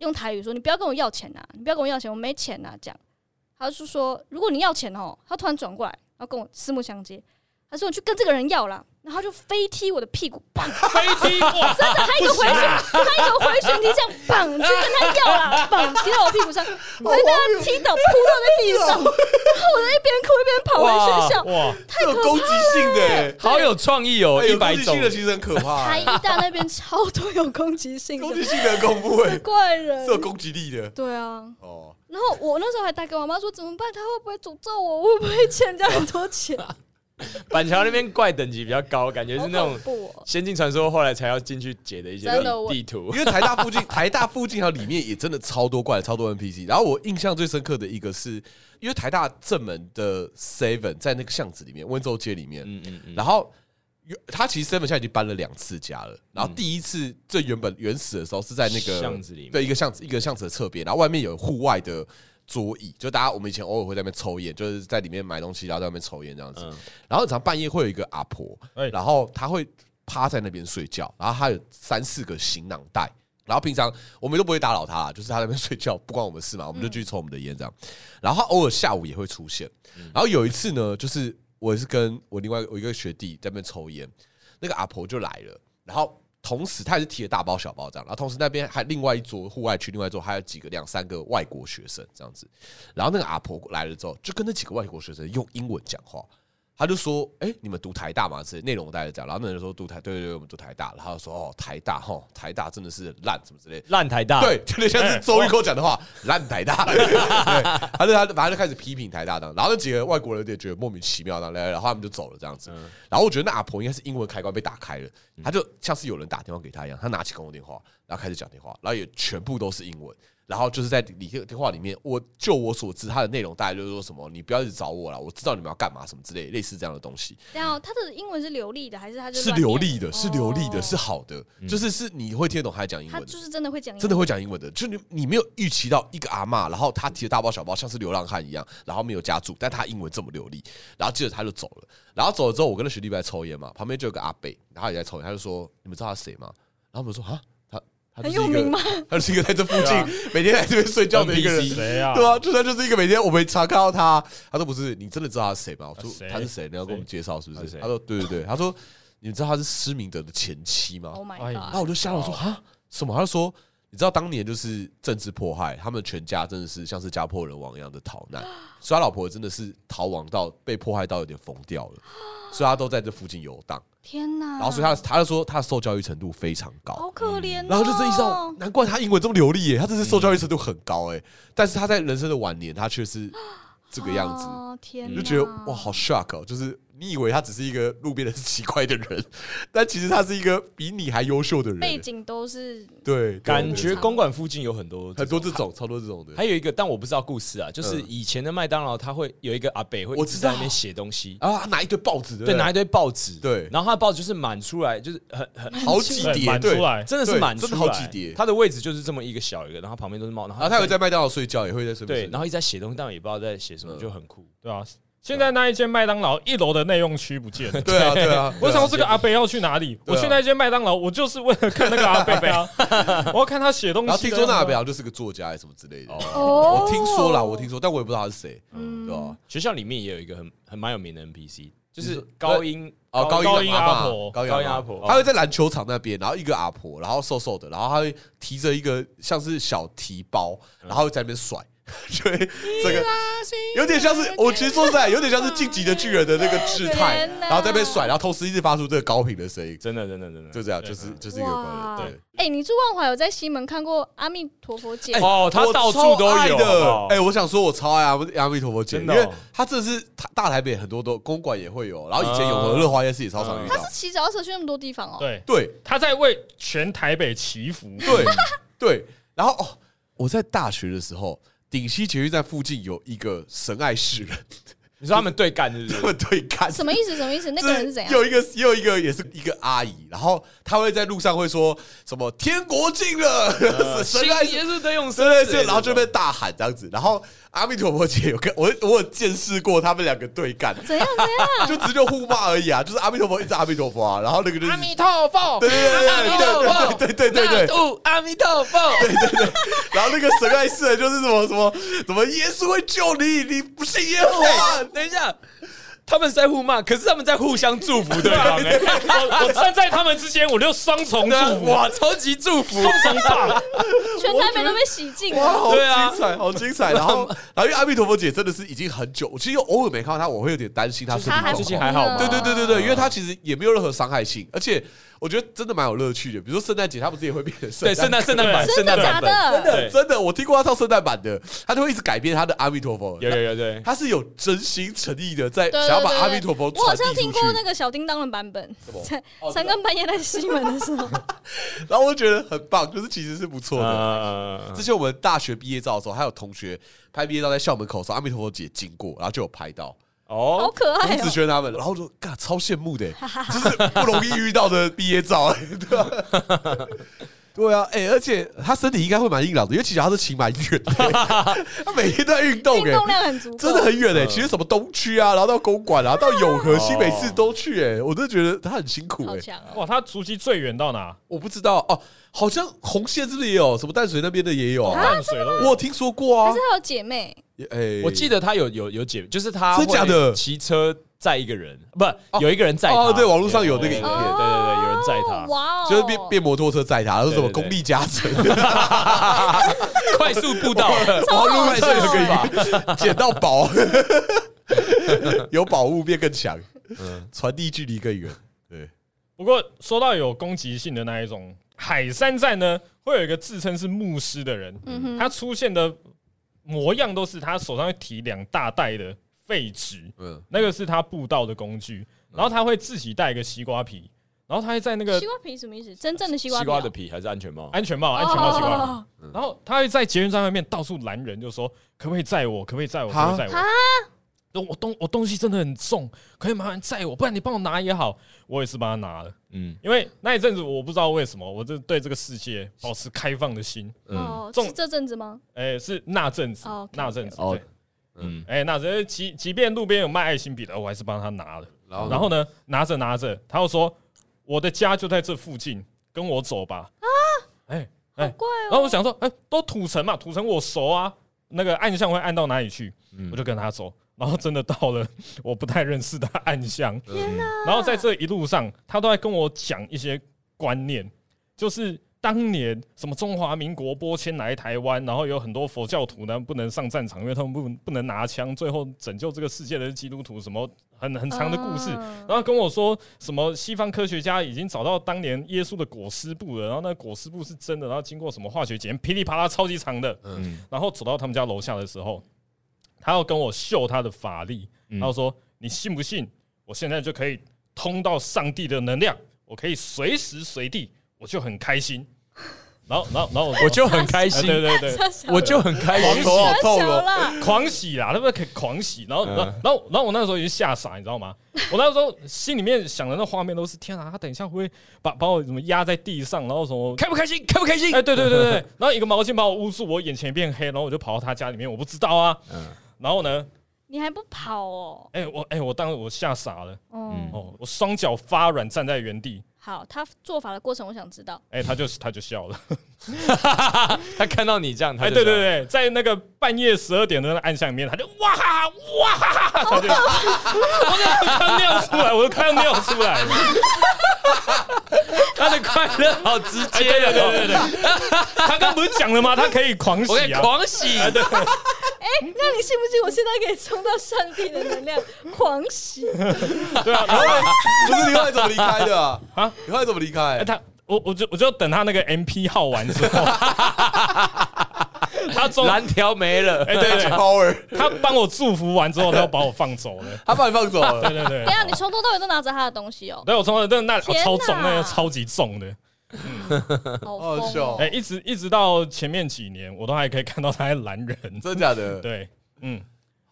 Speaker 6: 用台语说：“你不要跟我要钱呐、你不要跟我要钱，我没钱呐、这样，她就说：“如果你要钱哦。”她突然转过来，然后跟我四目相接，她说：“你去跟这个人要啦。”然后她就飞踢我的屁股，棒！
Speaker 3: 飞踢哇，
Speaker 6: 真的，他一个回旋，
Speaker 3: 啊
Speaker 6: 他一个回旋踢这样，棒，去跟他要啦，棒，踢到我屁股上，我就被他踢倒，扑到在地上，然后我在一边哭一边跑回学校，
Speaker 3: 哇，
Speaker 4: 这有攻击性的欸，
Speaker 5: 好有创意哦，
Speaker 4: 哎
Speaker 5: 一
Speaker 4: 有
Speaker 5: 百
Speaker 4: 攻击
Speaker 5: 种
Speaker 4: 性。的其实很可怕欸，
Speaker 6: 台医大那边超多有攻击性
Speaker 4: 攻击
Speaker 6: 的
Speaker 4: 性的很恐 怖哎，
Speaker 6: 怪
Speaker 4: 是有
Speaker 6: 人，
Speaker 4: 攻击力的
Speaker 6: 对啊。
Speaker 4: 哦。
Speaker 6: 然后我那时候还打给我妈说怎么办，他会不会诅咒我，会不会欠人家很 多钱？
Speaker 5: 板桥那边怪等级比较高，感觉
Speaker 6: 好
Speaker 5: 是那种
Speaker 6: 恐怖
Speaker 5: 《
Speaker 6: 哦！
Speaker 5: 仙境传说》后来才要进去解的一些
Speaker 6: 真的我
Speaker 5: 地图
Speaker 4: 因。为台大附近，台大附近还有里面也真的超多怪，超多 NPC。然后我印象最深刻的一个是，因为台大正门的 Seven 在那个巷子里面，温州街里面，
Speaker 5: 嗯嗯嗯，
Speaker 4: 然后原他其实 Seven 现在已经搬了两次家了。然后第一次最原本原始的时候是在那个
Speaker 5: 嗯巷子里面
Speaker 4: 对一个巷子一个巷子的侧边，然后外面有户外的桌椅，就大家我们以前偶尔会在那边抽烟，就是在里面买东西，然后在那边抽烟这样子。
Speaker 5: 嗯
Speaker 4: 然后常半夜会有一个阿婆
Speaker 3: 哎，
Speaker 4: 然后她会趴在那边睡觉，然后她有三四个行囊袋。然后平常我们都不会打扰她啦，就是她在那边 睡觉，不关我们事嘛，我们就
Speaker 5: 嗯
Speaker 4: 继续抽我们的烟这样。然后她偶尔下午也会出现。然后有一次呢，就是我是跟我另外我一个学弟在那边抽烟，那个阿婆就来了，然后同时她也是提了大包小包这样，然后同时那边还另外一桌户外区，另外一桌还有几个两三个外国学生这样子，然后那个阿婆来了之后，就跟那几个外国学生用英文讲话，他就说：“哎、你们读台大吗？”之类内容我大概讲，然后那人就说：“读台，对对对，我们读台大。”然后他就说：“哦，台大哈，吼台大真的是烂什么之类的。”
Speaker 5: 烂台大，
Speaker 4: 对，就有点像是周玉蔻讲的话，烂台大，对，他就他反正就开始批评台大这样，然后那几个外国人有点觉得莫名其妙这样，然后他们就走了这样子。然后我觉得那阿婆应该是英文开关被打开了，他就像是有人打电话给他一样，他拿起公共电话，然后开始讲电话，然后也全部都是英文。然后就是在里电话里面，我就我所知，他的内容大概就是说什么，你不要一直找我了，我知道你们要干嘛什么之类，类似这样的东西。
Speaker 6: 然后他的英文是流利的还是他就是乱
Speaker 4: 流
Speaker 6: 念
Speaker 4: 利的，是流利的，
Speaker 6: 哦
Speaker 4: 是好的，就是是你会听得懂他在讲英
Speaker 6: 他
Speaker 4: 文的
Speaker 6: 就。是真的会讲英文，
Speaker 4: 真的会讲英文的，就你你没有预期到一个阿嬷，然后她提着大包小包，像是流浪汉一样，然后没有家住，但她英文这么流利，然后接着她就走了，然后走了之后，我跟那学弟不在抽烟嘛，旁边就有个阿伯，然后也在抽烟，他就说你们知道他是谁吗？然后我们说啊，他他就是
Speaker 6: 很有
Speaker 4: 一个
Speaker 6: 名吗？
Speaker 4: 他就是一个在这附近每天在这边睡觉的一个人，
Speaker 3: 谁啊？
Speaker 4: 对啊，就他就是一个每天我们常看到他，他说不是，你真的知道他是谁吗？我说
Speaker 3: 他谁
Speaker 4: 他是谁？你要跟我们介绍是不
Speaker 5: 他
Speaker 4: 是
Speaker 5: 是？谁
Speaker 4: 他说对对对，他说你们知道他是施明德的前妻吗？
Speaker 6: ，Oh my
Speaker 3: 哎呀
Speaker 4: 然后
Speaker 6: god！
Speaker 4: 我就吓了，我说啊什么？他就说你知道当年就是政治迫害，他们全家真的是像是家破人亡一样的逃难，所以他老婆真的是逃亡到被迫害到有点疯掉了，所以他都在这附近游荡。
Speaker 6: 天哪！
Speaker 4: 然后所以他他就说他的受教育程度非常高。
Speaker 6: 好可嗯怜哦，
Speaker 4: 然后就这意识到，难怪他英文这么流利耶，他真是受教育程度很高
Speaker 6: 嗯
Speaker 4: 哎。 但是他在人生的晚年，他却是这个样子，
Speaker 6: 哦、天
Speaker 4: 你
Speaker 6: 哪，
Speaker 4: 就觉得哇，好 shock 哦！就是你以为他只是一个路边的 奇怪的人，但其实他是一个比你还优秀的人。
Speaker 6: 背景都是
Speaker 4: 对，对
Speaker 5: 感
Speaker 4: 对
Speaker 5: 觉公馆附近有很多
Speaker 4: 很多这种，超多这种的。
Speaker 5: 还有一个，但我不知道故事啊，就是
Speaker 4: 嗯
Speaker 5: 以前的麦当劳，它会有一个阿北会
Speaker 4: 我
Speaker 5: 一直
Speaker 4: 知
Speaker 5: 在
Speaker 4: 道
Speaker 5: 那边写东西，
Speaker 4: 啊，拿一堆报纸，
Speaker 5: 对，
Speaker 4: 不
Speaker 5: 拿一堆报纸，
Speaker 4: 对
Speaker 5: 然后他的报纸就是满出来，就是很很
Speaker 4: 好几
Speaker 3: 哎
Speaker 4: 叠，
Speaker 3: 满
Speaker 4: 对
Speaker 3: 出。来，
Speaker 5: 真的是
Speaker 4: 对
Speaker 5: 满出
Speaker 4: 真
Speaker 5: 来，
Speaker 4: 的好几叠
Speaker 5: 他的位置就是这么一个小一个，然后旁边都是猫，然
Speaker 4: 然后
Speaker 5: 后
Speaker 4: 他有在麦当劳睡觉，也会在身
Speaker 5: 对，
Speaker 4: 边。
Speaker 5: 然后一直在写东西，但我也不知道在写
Speaker 4: 嗯
Speaker 5: 什么，就很酷。
Speaker 3: 对啊。现在那一间麦当劳一楼的内用区不见 了。
Speaker 4: 对啊，对 啊，
Speaker 3: 我
Speaker 4: 对
Speaker 3: 想
Speaker 4: 啊
Speaker 3: 说这个阿贝要去哪里？
Speaker 4: 对啊
Speaker 3: 我去那间麦当劳，我就是为了看那个阿贝啊， 我要看他写东西。
Speaker 4: 啊然后听说那阿北，好像就是个作家还是什么之类的。
Speaker 6: 哦
Speaker 4: 我听说啦，我听说，但我也不知道他是谁，
Speaker 6: 嗯
Speaker 4: 对吧？
Speaker 5: 学校里面也有一个很很蛮有名的 NPC，就
Speaker 4: 你
Speaker 5: 是
Speaker 4: 说
Speaker 5: 高音
Speaker 4: 哦，高
Speaker 3: 高
Speaker 4: 音
Speaker 3: 音
Speaker 4: 阿
Speaker 3: 阿
Speaker 4: 嬷
Speaker 3: 婆
Speaker 4: 高音
Speaker 5: 高音
Speaker 4: 阿
Speaker 5: 阿
Speaker 4: 婆，
Speaker 5: 婆
Speaker 4: 他会在篮球场那边，然后一个阿婆，然后瘦瘦的，然后他会提着一个像是小提包，然后在那边甩， 所以这个有点像是我其实说实在，有点像是晋级的巨人的那 个姿态
Speaker 6: 天，哪
Speaker 4: 然后在那边甩，然后同时一直发出这个高频的声音，
Speaker 5: 真的真的真的
Speaker 4: 就这样，就是
Speaker 5: 嗯
Speaker 4: 就是一个关
Speaker 6: 哇
Speaker 4: 人。对。！
Speaker 6: 哎、你住万华有在西门看过阿弥陀佛姐？
Speaker 4: 哎
Speaker 5: 哦，他
Speaker 4: 我
Speaker 5: 到处
Speaker 4: 超
Speaker 5: 都
Speaker 4: 爱
Speaker 5: 有
Speaker 4: 的
Speaker 5: 好不好
Speaker 4: 哎、我想说，我超爱阿弥阿弥陀佛节，
Speaker 5: 真
Speaker 4: 因
Speaker 5: 的
Speaker 4: 为
Speaker 5: 哦
Speaker 4: 他这是大大台北很多都公馆也会有，然后以前
Speaker 5: 嗯
Speaker 4: 永和乐华夜市也超常遇到
Speaker 6: 她。是骑脚踏车去那么多地方哦、
Speaker 3: 对，
Speaker 4: 对
Speaker 3: 他在为全台北祈福。
Speaker 4: 对对，然后哦，我在大学的时候，顶溪捷运站附近有一个神爱世人，
Speaker 5: 你说他们对干是不是？
Speaker 4: 他们对干
Speaker 6: 什么意思？什么意思？那个人是怎样？
Speaker 4: 有一个又一个也是一个阿姨，然后她会在路上会说什么“天国近了”，
Speaker 5: 嗯
Speaker 4: 神爱世
Speaker 5: 也是得用
Speaker 4: 真的是，然后就被大喊这样子，然后阿弥陀佛姐有跟我我有见识过他们两个对干，
Speaker 6: 怎样怎样？
Speaker 4: 就直接互骂而已啊，就是阿弥陀佛一直阿弥陀佛啊，然后那个就是
Speaker 5: 阿弥陀佛，
Speaker 4: 对对对对对对对对对对，
Speaker 5: 哦，阿弥陀佛，
Speaker 4: 然后那个神爱世人就是什么什么什么耶稣会救你，你不信耶和华，
Speaker 5: 等一下，他们在互骂，可是他们在互相祝福对
Speaker 3: 对吧？
Speaker 5: 方，哎
Speaker 3: 我我站在他们之间，我就双重祝
Speaker 5: 对，
Speaker 4: 啊
Speaker 3: 福，
Speaker 5: 哇，超级祝福，
Speaker 3: 双重霸，
Speaker 6: 全台北都被洗净
Speaker 4: 哇，
Speaker 6: 了。
Speaker 4: 好
Speaker 5: 对啊
Speaker 4: 精彩，好精彩！然后，然后因为阿弥陀佛姐真的是已经很久，其实偶尔没看到她，我会有点担心她是不
Speaker 6: 他
Speaker 4: 是
Speaker 6: 还
Speaker 4: 有
Speaker 5: 最近
Speaker 6: 红
Speaker 5: 还好
Speaker 6: 了
Speaker 5: 吗
Speaker 4: 对对对对对，因为它其实也没有任何伤害性，而且我觉得真的蛮有乐趣的。比如说圣诞节，它不是也会变成圣
Speaker 5: 对，
Speaker 4: 诞
Speaker 5: 圣诞圣诞版，
Speaker 6: 真
Speaker 5: 圣
Speaker 6: 的
Speaker 5: 诞
Speaker 6: 假
Speaker 5: 版本，
Speaker 6: 的？
Speaker 5: 对
Speaker 4: 真的，我听过他唱圣诞版的，他就会一直改变他的阿弥陀佛。
Speaker 5: 有有有对，
Speaker 4: 他是有真心诚意的在
Speaker 6: 对
Speaker 4: 想要把
Speaker 6: 对对
Speaker 4: 阿弥陀佛
Speaker 6: 我
Speaker 4: 传
Speaker 6: 好
Speaker 4: 递
Speaker 6: 像
Speaker 4: 出
Speaker 6: 听
Speaker 4: 去
Speaker 6: 过，那个小叮当的版本
Speaker 4: 么，
Speaker 6: 在
Speaker 4: 哦
Speaker 6: 三更半夜在西门的时候，
Speaker 4: 然后我觉得很棒，就是其实是不错的。
Speaker 5: 呃，
Speaker 4: 之前我们大学毕业照的时候，还有同学拍毕业照在校门口的时候，阿弥陀佛姐经过，然后就有拍到
Speaker 5: 哦
Speaker 6: 好，可爱
Speaker 4: 吴
Speaker 6: 哦
Speaker 4: 子！轩他们，然后我说嘎超羡慕的， 就是不容易遇到的毕业照，哎对吧？ 对啊，哎、而且他身体应该会蛮硬朗的，因为其实他是骑蛮远的， 他每天都在运动、
Speaker 6: 运
Speaker 4: 欸，
Speaker 6: 动量很足够，
Speaker 4: 真的很远
Speaker 3: 嗯
Speaker 4: 哎、其实什么东区啊，然后到公馆啊，到永和、新北市都去
Speaker 3: 哦
Speaker 4: 哎、我真的觉得他很辛苦
Speaker 6: 好
Speaker 4: 哎、
Speaker 6: 强哦！
Speaker 3: 哇，他足迹最远到
Speaker 5: 啊
Speaker 3: 哪？
Speaker 4: 我不知道哦，好像红线是不是也有？什么淡水那边的也有啊？
Speaker 3: 淡水都
Speaker 4: 我有听说过
Speaker 6: 可
Speaker 4: 啊
Speaker 6: 是，他有姐妹，
Speaker 4: 哎、
Speaker 5: 我记得他有有有姐，就是他
Speaker 4: 真假的
Speaker 5: 会骑车载一个人，不有一个人载他
Speaker 4: 哦，对，网络上有那个
Speaker 5: 对
Speaker 4: 影片。
Speaker 5: 对对，有人载
Speaker 6: 哦
Speaker 5: 他，
Speaker 6: 哇哦，
Speaker 4: 就是变变摩托车载他，说什么
Speaker 5: 对对对
Speaker 4: 功力加成，
Speaker 5: 快速步道，
Speaker 6: 超好笑
Speaker 5: 有
Speaker 6: 的，
Speaker 5: 吧？
Speaker 4: 捡到 宝，有宝物变更强，
Speaker 3: 嗯
Speaker 4: 传递距离更远。对，
Speaker 3: 不过说到有攻击性的那一种，海山站呢，会有一个自称是牧师的人，
Speaker 6: 嗯哼，
Speaker 3: 他出现的模样都是他手上会提两大袋的废纸，
Speaker 4: 嗯，
Speaker 3: 那个是他布道的工具，然后他会自己带一个西瓜皮，然后他会在那个
Speaker 6: 西瓜皮哦什么意思？真正的西瓜皮
Speaker 5: 西
Speaker 6: 哦
Speaker 5: 瓜的皮还是安全帽？
Speaker 3: 安全帽、安全帽、西瓜皮，然后他会在捷运站外面到处拦人，就说可不可以载我，可不可以载我，可
Speaker 4: 哈
Speaker 3: 不可以载我
Speaker 6: 哈。
Speaker 3: 那我东我东西真的很重，可以麻烦载我，不然你帮我拿也好。我也是帮他拿了，
Speaker 5: 嗯
Speaker 3: 因为那一阵子我不知道为什么，我就对这个世界保持开放的心。
Speaker 5: 嗯
Speaker 6: 哦，
Speaker 3: 重
Speaker 6: 是这阵子吗？
Speaker 3: 哎、是那阵子
Speaker 6: 哦，，OK，
Speaker 3: 那阵子，
Speaker 4: 哦
Speaker 3: 对，
Speaker 5: 嗯，
Speaker 3: 哎、那阵子即即便路边有卖爱心笔的，我还是帮他拿了。
Speaker 4: 然后
Speaker 3: 然后呢，拿着拿着，他又说：“我的家就在这附近，跟我走吧。”啊，哎哎、
Speaker 6: 好怪
Speaker 3: 然后
Speaker 6: 哦！
Speaker 3: 我想说，哎、都土城嘛，土城我熟啊，那个暗巷会按到哪里去？我就跟他走，然后真的到了我不太认识的暗巷，
Speaker 6: 天哪！
Speaker 3: 然后在这一路上，他都在跟我讲一些观念，就是。当年什么中华民国拨迁来台湾，然后有很多佛教徒呢不能上战场，因为他们不不能拿枪，最后拯救这个世界的是基督徒，什么很很长的故事。
Speaker 6: 嗯
Speaker 3: 然后跟我说什么西方科学家已经找到当年耶稣的裹尸布了，然后那个裹尸布是真的，然后经过什么化学检验，噼里啪啦超级长的。
Speaker 5: 嗯
Speaker 3: 然后走到他们家楼下的时候，他要跟我秀他的法力，
Speaker 5: 嗯
Speaker 3: 然后说：“你信不信？我现在就可以通到上帝的能量，我可以随时随地，我就很开心。”然后，然后，然后我说
Speaker 5: 我就很开
Speaker 3: 哎
Speaker 5: 心，
Speaker 3: 对对对，
Speaker 6: 太小
Speaker 5: 我就很开 心，
Speaker 4: 头好痛
Speaker 6: 小
Speaker 4: 哦，
Speaker 6: 啦，
Speaker 3: 狂喜啦，他们可以狂喜，然后，然后，然后，然后我那时候已经吓傻，你知道 吗？我那时候心里面想的那画面都是：天啊，他等一下会不会把把我怎么压在地上，然后什么？
Speaker 5: 开不开心？开不开心
Speaker 3: 哎、？对对对 对，然后一个毛巾把我捂住，我眼前一片黑，然后我就跑到他家里面，我不知道啊。然后呢，
Speaker 6: 你还不跑哦？
Speaker 3: 哎、我哎、我当时我吓傻了，
Speaker 6: 嗯，
Speaker 3: 哦，我双脚发软站在原地，
Speaker 6: 好，他做法的过程我想知道。
Speaker 3: 哎、他就 他就笑了。
Speaker 5: 他看到你这样，他
Speaker 3: 哎，
Speaker 5: 就
Speaker 3: 对对
Speaker 5: 这样，
Speaker 3: 对，在那个半夜十二点的那个暗巷里面，他就哇哈哈哇哈哈，他就 我都要尿出来，我都快要尿出来了。
Speaker 5: 他的快乐好直
Speaker 3: 哎，
Speaker 5: 接
Speaker 3: 对对
Speaker 5: 哦，
Speaker 3: 对对 对，他刚不是讲了吗？他可以狂
Speaker 5: 我可以
Speaker 3: 喜啊，
Speaker 5: 狂喜，
Speaker 6: 哎，那你信不信我现在可以冲到上帝的能量，狂 喜？
Speaker 3: 对啊，然后
Speaker 4: 不是你后来怎么离开的啊？
Speaker 3: 啊
Speaker 4: 你后来怎么离
Speaker 3: 哎
Speaker 4: 开？
Speaker 3: 他我我就我就等他那个 MP 耗完 之后，他终
Speaker 5: 蓝条没了
Speaker 3: 哎，对对对
Speaker 4: power，
Speaker 3: 他帮我祝福完之后，他又把我放走了。
Speaker 4: 他把你放走了。
Speaker 6: 哎
Speaker 3: 对对 对
Speaker 6: 等一，下你从头到尾都拿着他的东西哦。
Speaker 3: 对我从头到那
Speaker 6: 天
Speaker 3: 超重，
Speaker 6: 哪
Speaker 3: 那个超级重的。
Speaker 6: 好
Speaker 4: 好
Speaker 6: 疯
Speaker 4: 笑
Speaker 6: 哦
Speaker 4: 哦
Speaker 3: 哎、一直一直到前面几年，我都还可以看到他在拦人。
Speaker 4: 真的假的？
Speaker 3: 对，嗯，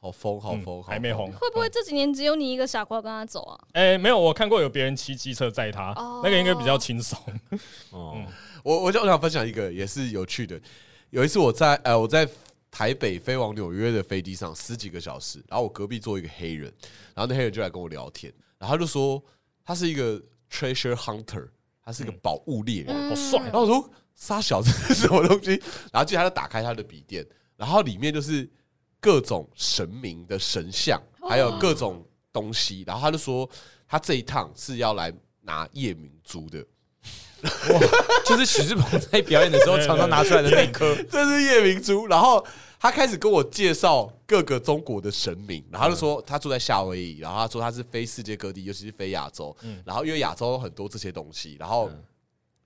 Speaker 4: 好疯，好
Speaker 3: 嗯
Speaker 4: 疯，好
Speaker 3: 还没
Speaker 4: 疯
Speaker 3: 红。
Speaker 6: 会不会这几年只有你一个傻瓜跟他走啊？
Speaker 3: 哎、没有，我看过有别人骑机车载他，
Speaker 6: 哦嗯
Speaker 3: 那个应该比较轻松。
Speaker 5: 哦，
Speaker 4: 我我就想分享一个也是有趣的。有一次我在呃我在台北飞往纽约的飞机上十几个小时，然后我隔壁坐一个黑人，然后那黑人就来跟我聊天，然后他就说他是一个 treasure hunter，他是一个宝物猎人，
Speaker 6: 嗯
Speaker 3: 好帅
Speaker 4: 然后我说杀小这 是什么东西？然后接着他就打开他的笔电，然后里面就是各种神明的神像，还有各种东西。然后他就说他这一趟是要来拿夜明珠的，
Speaker 5: 就是许志鹏在表演的时候常常拿出来的那一颗，
Speaker 4: 这是夜明珠。然后他开始跟我介绍各个中国的神明，然后他就
Speaker 6: 嗯
Speaker 4: 说他住在夏威夷，然后他说他是飞世界各地，尤其是飞亚洲，
Speaker 6: 嗯
Speaker 4: 然后因为亚洲很多这些东西，然后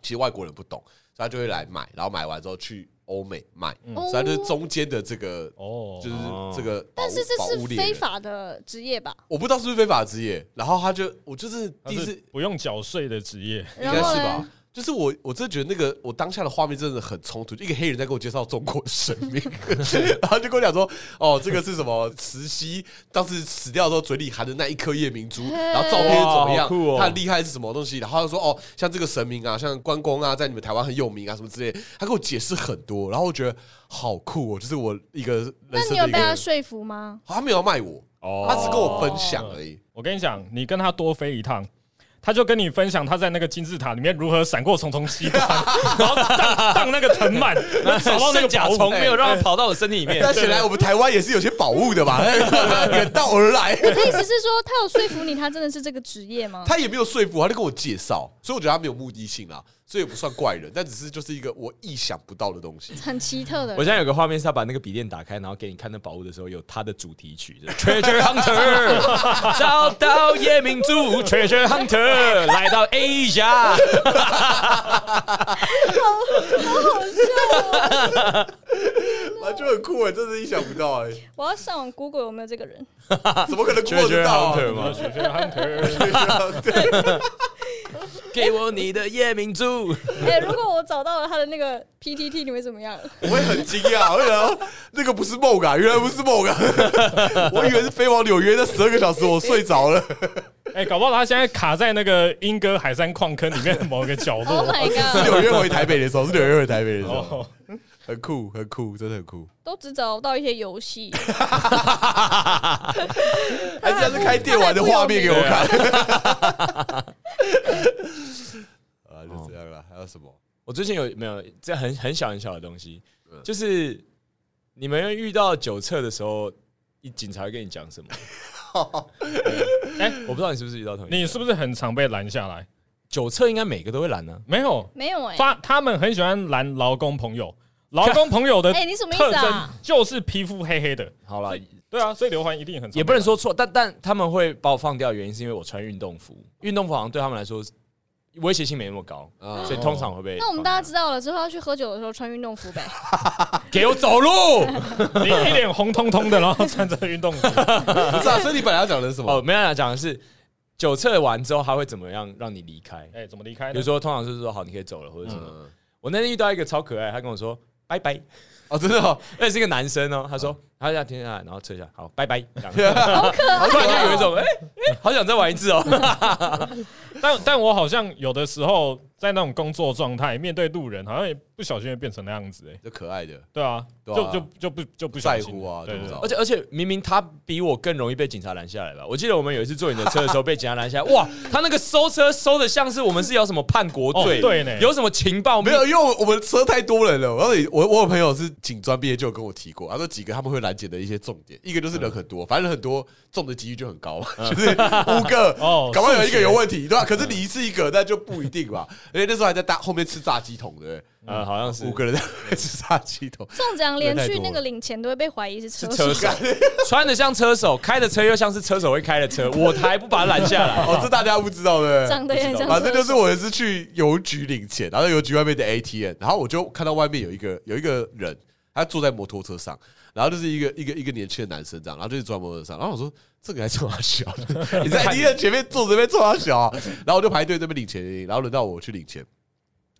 Speaker 4: 其实外国人不懂，所以他就会来买，然后买完之后去欧美卖，
Speaker 6: 嗯
Speaker 4: 所以他就是中间的这个
Speaker 3: 哦
Speaker 4: 就是这个宝物，
Speaker 6: 但是这
Speaker 4: 宝
Speaker 6: 是
Speaker 4: 物猎人
Speaker 6: 非，法的职业吧？
Speaker 4: 我不知道是不是非法职业。然后他就我就是
Speaker 3: 他
Speaker 4: 第一
Speaker 3: 是
Speaker 4: 次
Speaker 3: 不用缴税的职业，
Speaker 4: 应
Speaker 6: 然
Speaker 4: 该
Speaker 6: 后
Speaker 4: 是
Speaker 6: 呢
Speaker 4: 吧？？就是我，我真的觉得那个我当下的画面真的很冲突，就一个黑人在跟我介绍中国神 明，然后就跟我讲说，哦，这个是什么慈禧当时死掉的时候嘴里含的那一颗夜明珠，然后照片是怎么
Speaker 2: 哇好酷
Speaker 4: 样，
Speaker 2: 哦
Speaker 4: 他很厉害是什么东西，然后他就说哦，像这个神明啊，像关公啊，在你们台湾很有名啊，什么之类的，他给我解释很多，然后我觉得好酷哦，就是我一个
Speaker 6: 那
Speaker 4: 人生
Speaker 6: 你有
Speaker 4: 的一
Speaker 6: 被
Speaker 4: 个，
Speaker 6: 他
Speaker 4: 好
Speaker 6: 说哦服吗？
Speaker 4: 他没有要卖我，他只跟我分享而
Speaker 6: 哦
Speaker 4: 已，
Speaker 3: 我跟你讲，你跟他多飞一趟，他就跟你分享他在那个金字塔里面如何闪过重重机关， 然后荡荡那个藤 蔓，然后找到那个
Speaker 5: 圣甲
Speaker 3: 甲
Speaker 5: 虫
Speaker 3: 虫。
Speaker 5: 没有让它跑到我身体里面
Speaker 4: 哎但，显然我们台湾也是有些宝物 的吧，远道而来。
Speaker 6: 我的意思是说，他有说服你，他真的是这个职业吗？
Speaker 4: 他也没有说服我，他就跟我介绍，所以我觉得他没有目的性啦，所以也不算怪人，但只是就是一个我意想不到的东西。
Speaker 6: 很奇特的
Speaker 5: 我现
Speaker 6: 人，
Speaker 5: 在有个画面是他把那个笔电打开，然后给你看那宝物的时候，有他的主题曲《Treasure Hunter》，找到夜明珠，《Treasure Hunter》来到 Asia，
Speaker 6: 哦
Speaker 4: 啊，就很酷哎、真是意想不到哎、
Speaker 6: 我要上网 Google 有没有这个人。
Speaker 4: 怎么可能过啊得
Speaker 5: Treasure
Speaker 4: 到、
Speaker 5: Hunter 吗
Speaker 3: 雪雪 hunter，
Speaker 4: 啊？对，
Speaker 5: 给我你的夜明珠。
Speaker 6: 哎，如果我找到了他的那个 PTT，你会怎么样？
Speaker 4: 我也很惊讶，为什么那个不是梦啊？原来不是梦 啊！我以为是飞往纽约那十二个小时，我睡着 了。
Speaker 3: 哎，搞不好他现在卡在那个莺歌海山矿坑里面的某个角
Speaker 6: Oh
Speaker 3: 落。
Speaker 6: my
Speaker 4: 是
Speaker 6: god！
Speaker 4: 纽约回台北的时候，是纽约回台北的时候，
Speaker 3: 哦，
Speaker 4: 很酷，很酷，真的很酷。
Speaker 6: 都只找到一些游 戏，
Speaker 4: 还是他是开电玩的画面给我看。 啊，就这样了。还有什么？
Speaker 5: 我最近有没有这很很小很小的东西，就是你们遇到酒测的时候，一警察会跟你讲什么？哎、我不知道你是不是遇到同一
Speaker 3: 你
Speaker 5: 个
Speaker 3: 是不是很常被拦下来？
Speaker 5: 酒测应该每个都会拦啊呢、
Speaker 3: 没有，
Speaker 6: 没有哎。
Speaker 3: 发他们很喜欢拦劳工朋友，劳工朋友的
Speaker 6: 哎，你什么意
Speaker 3: 特
Speaker 6: 思
Speaker 3: 征
Speaker 6: 啊？
Speaker 3: 就是皮肤黑黑的。
Speaker 5: 好了，
Speaker 3: 对啊，所以刘环一定很常被
Speaker 5: 也不能
Speaker 3: 拦
Speaker 5: 说错，但但他们会把我放掉，的原因是因为我穿运动服，运动服好像对他们来说威胁性没那么高，
Speaker 4: 啊
Speaker 5: 所以通常会被。
Speaker 6: 哦哎那我们大家知道了之后，要去喝酒的时候穿运动服 呗。
Speaker 5: 给我走路，
Speaker 3: 你一脸红彤彤的，然后穿着运动服，
Speaker 4: 不是啊，所以你本来要讲的是什么？
Speaker 5: 哦，没办法讲的是，酒测完之后他会怎么样让你离开？
Speaker 3: 哎，怎么离开呢？
Speaker 5: 比如说，通常是说好，你可以走了，或者什么。
Speaker 4: 嗯
Speaker 5: 我那天遇到一个超可爱，他跟我说拜拜，
Speaker 4: 哦，真的哦，
Speaker 5: 那是一个男生哦，他说他要停下来，然后测一下，好，拜拜，这样 突然就有一种哎、哎好想再玩一次哦。
Speaker 3: 但但我好像有的时候在那种工作状态，面对路人，好像也不小心也变成那样子、哎，
Speaker 4: 就可爱的，
Speaker 3: 对啊，
Speaker 4: 对啊
Speaker 3: 就就就不就不小
Speaker 4: 在
Speaker 3: 心
Speaker 4: 乎啊，
Speaker 3: 对
Speaker 4: 对
Speaker 3: 对
Speaker 5: 而
Speaker 4: 不对？
Speaker 3: 对
Speaker 5: 且而且明明他比我更容易被警察拦下来吧？我记得我们有一次坐你的车的时候被警察拦下来， 哇，他那个搜车搜的像是我们是有什么叛国罪，
Speaker 3: 哦对呢
Speaker 5: 有什么情报
Speaker 4: 没有，因为我们车太多人了。然后我我有朋友是警专毕业就有跟我提过，他说几个他们会拦截的一些重点，一个就是人很多，反正人很多中的几率就很高嘛，就是五 个
Speaker 3: 哦
Speaker 4: 搞不好有一个有问题，对吧？可是你一次一个，那就不一定吧。而且那时候还在大后面吃炸鸡桶，对不
Speaker 5: 呃，好像是
Speaker 4: 对？五个人在后面吃炸鸡桶，
Speaker 6: 中奖连
Speaker 4: 人太
Speaker 6: 续
Speaker 4: 多
Speaker 6: 那
Speaker 4: 了
Speaker 6: 个领钱都会被怀疑是车
Speaker 5: 是车手，
Speaker 6: 手，
Speaker 5: 穿的像车手，开的车又像是车手会开的车，我还不把他拦下 来。
Speaker 4: 哦，这大家不知道对不对？
Speaker 6: 长得也很像车手。
Speaker 4: 反正就是我也是去邮局领钱，然后邮局外面的 ATM，然后我就看到外面有一个有一个人，他坐在摩托车上，然后就是一个一个一个年轻的男生这样，然后就是坐在摩托车上，然后我说这个还冲他小，你在 ATM 前面坐着被冲他小啊、然后我就排队这边领钱，然后轮到我去领钱。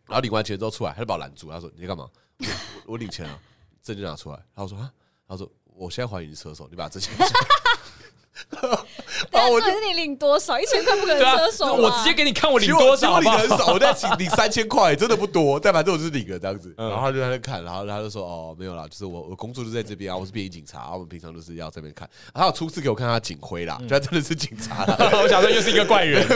Speaker 4: 然后领完钱之后出来，他就把我拦住，他说：“你在干嘛？”我说我我领钱啊，证件拿出来。然后我说：“啊。”他说：“我现在怀疑你是车手，你把证件。”然
Speaker 6: 但
Speaker 4: 后我就。
Speaker 6: 啊是你领多少？一千块不可能
Speaker 5: 对啊
Speaker 6: 车，手吧
Speaker 5: 我直接给你看我领
Speaker 4: 其实
Speaker 5: 多
Speaker 4: 我其实
Speaker 5: 少
Speaker 4: 我领
Speaker 5: 吧
Speaker 4: 的。很少，我在请领三千块，真的不多，但反正我就是领了这样子。
Speaker 5: 嗯
Speaker 4: 然后他就在那看，然后他就说：“哦，没有啦，就是我我工作就在这边啊，我是便衣警察啊，我们平常就是要这边看。”然后他有初次给我看他的警徽啦，就他真的 是警察啦。
Speaker 5: 我想说又是一个怪 人，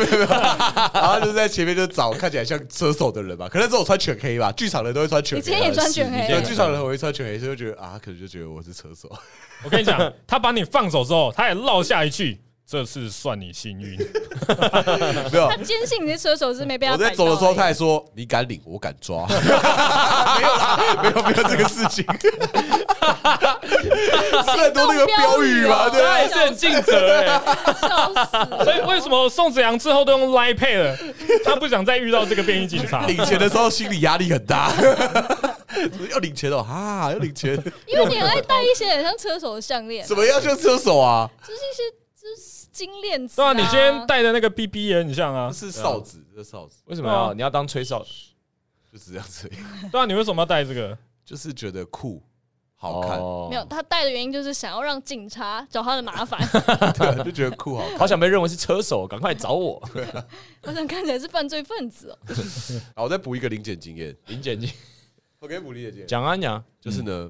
Speaker 4: 然后就在前面就找看起来像车手的人吧，可能只有穿全黑吧，剧场人都会穿全黑啊。
Speaker 6: 你今天也穿全黑
Speaker 4: 对，剧场人很会穿全黑，所以就觉得啊，他可能就觉得我是车手。
Speaker 3: 我跟你讲，他把你放走之后，他也落下一句：“这次算你幸运。
Speaker 4: 没有
Speaker 6: 他，坚信你是车手是没被他
Speaker 4: 我在
Speaker 6: 逮
Speaker 4: 走的时候，
Speaker 6: 到
Speaker 4: 他
Speaker 6: 而已
Speaker 4: 还说：“你敢领，我敢抓。” 没有啦，没有没有这个事情。是很 多那个标语嘛，对不
Speaker 5: 他
Speaker 4: 啊对
Speaker 5: 也是很尽责 哎、
Speaker 6: 啊笑”死
Speaker 3: 所以为什么宋子阳之后都用 Line Pay 了？他不想再遇到这个便衣 警察。
Speaker 4: 领钱的时候心理压力很 大，要领钱哦，哈，要领钱，
Speaker 6: 因为你很爱戴一些很像车手的项链，
Speaker 4: 怎么样像车手啊？
Speaker 6: 就是一些就是金链子、
Speaker 3: 对
Speaker 6: 啊。
Speaker 3: 啊，你今天戴的那个 BB 也很像啊。
Speaker 4: 是哨子，这哨子
Speaker 5: 为什么要你要当吹哨？
Speaker 4: 就是这样子，
Speaker 3: 对啊，你为什么要戴 这个？
Speaker 4: 就是觉得酷，好看。
Speaker 5: 哦
Speaker 6: 没有，他戴的原因就是想要让警察找他的 麻烦，
Speaker 4: 对 啊，就觉得酷好看。
Speaker 5: 好想被认为是车手，赶快找我。
Speaker 6: 好像看起来是犯罪分子哦。
Speaker 4: 好，我再补一个零检经验，
Speaker 5: 林姐，你
Speaker 4: 我给补零检经验，
Speaker 5: 讲啊讲，
Speaker 4: 就是呢，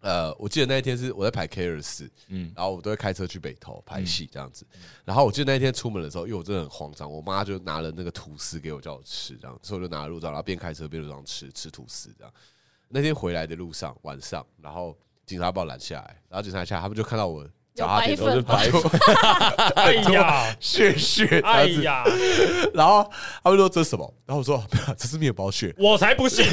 Speaker 4: 呃，我记得那一天是我在排 K 二四，
Speaker 5: 嗯，
Speaker 4: 然后我都会开车去北投拍戏这样子。然后我记得那一天出门的时候，因为我真的很慌张，我妈就拿了那个吐司给我叫我吃，这样，所以我就拿了路上，然后边开车边路上吃吃吐司这样。那天回来的路上，晚上，然后警察把我拦下来，然后警察下来，他们就看到我脚踏
Speaker 6: 有
Speaker 4: 垫
Speaker 6: 白
Speaker 4: 都是白
Speaker 6: 粉
Speaker 4: 粉，
Speaker 3: 哎呀，
Speaker 4: 血血，
Speaker 3: 哎
Speaker 4: 哎呀，
Speaker 3: 呀，
Speaker 4: 然后他们说这是什么？然后我说 没有，这是面包屑。
Speaker 3: 我才 不信！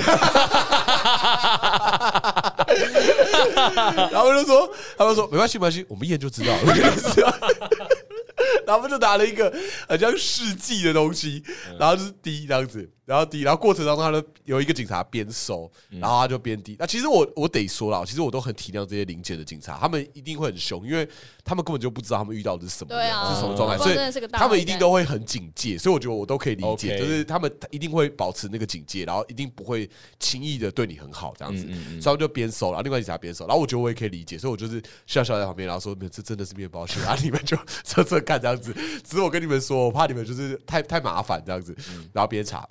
Speaker 4: 然后我就说，他们说没关系，没关系，我们一验就知道了。 然后他们就拿了一个很像试剂的东西，然后就是滴这样子，然后滴，然后过程当中，他就有一个警察边收，然后他就边滴。那其实我我得说啦，其实我都很体谅这些临检的警察，他们一定会很凶，因为他们根本就不知道他们遇到的是什么
Speaker 6: 对
Speaker 4: 人，
Speaker 6: 啊
Speaker 4: 是什么状态，
Speaker 6: 不
Speaker 4: 所
Speaker 6: 然
Speaker 4: 以
Speaker 6: 真的是个大
Speaker 4: 他们
Speaker 6: 坏
Speaker 4: 一定
Speaker 6: 蛋
Speaker 4: 都会很警戒。所以我觉得我都可以理解，
Speaker 5: OK
Speaker 4: 就是他们一定会保持那个警戒，然后一定不会轻易的对你很好这样子。
Speaker 5: 嗯嗯嗯
Speaker 4: 所以他们就边收，然后另外警察边收，然后我觉得我也可以理解，所以我就是笑笑在旁边，然后说：“没有这真的是面包屑啊！”你们就测测看这样子。只是我跟你们说，我怕你们就是太太麻烦这样子，然后边查。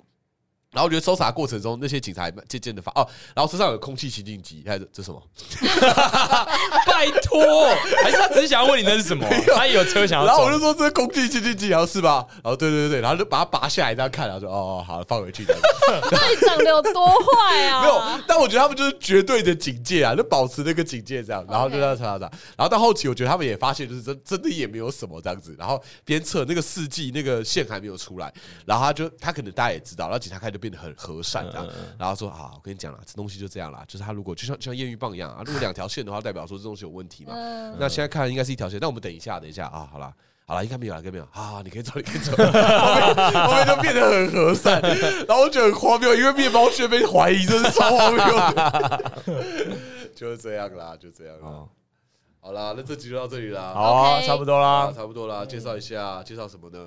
Speaker 4: 然后我觉得搜查过程中，那些警察也渐渐的发哦，然后车上有空气清净机，还有这什么？
Speaker 5: 拜托，还是他只是想要问你那是什么？他也有车想要
Speaker 4: 然后我就
Speaker 5: 走。
Speaker 4: 说这是空气清净机，然后是吧？然后对对对，然后就把它拔下来这样看，然后说哦哦好，放回去这样子。
Speaker 6: 到底长得有多坏啊？
Speaker 4: 没有，但我觉得他们就是绝对的警戒啊，就保持那个警戒这样，然后就
Speaker 6: OK
Speaker 4: 这样查查查，然后到后期我觉得他们也发现，就是真真的也没有什么这样子，然后边测那个试剂那个线还没有出来，然后他就他可能大家也知道，然后警察开始变得很和善这样，然后说啊，我跟你讲啦，这东西就这样啦，就是他如果就像就像验孕棒一样啊，如果两条线的话，代表说这东西有问题嘛，
Speaker 6: 嗯，
Speaker 4: 那现在看应该是一条线，那我们等一下，等一下啊，好啦。好了，应该没有了，应该没有啊！你可以走，你可以走，后面后面就变得很和善，然后我觉得很荒谬，因为面包屑被怀疑，这是超荒谬的，就是这样啦，就这样啦。好啦，那这集就到这里啦，
Speaker 5: 好啊，
Speaker 6: OK
Speaker 5: 差不多啦
Speaker 4: 啊，。差不多啦，介绍一下，介绍什么呢？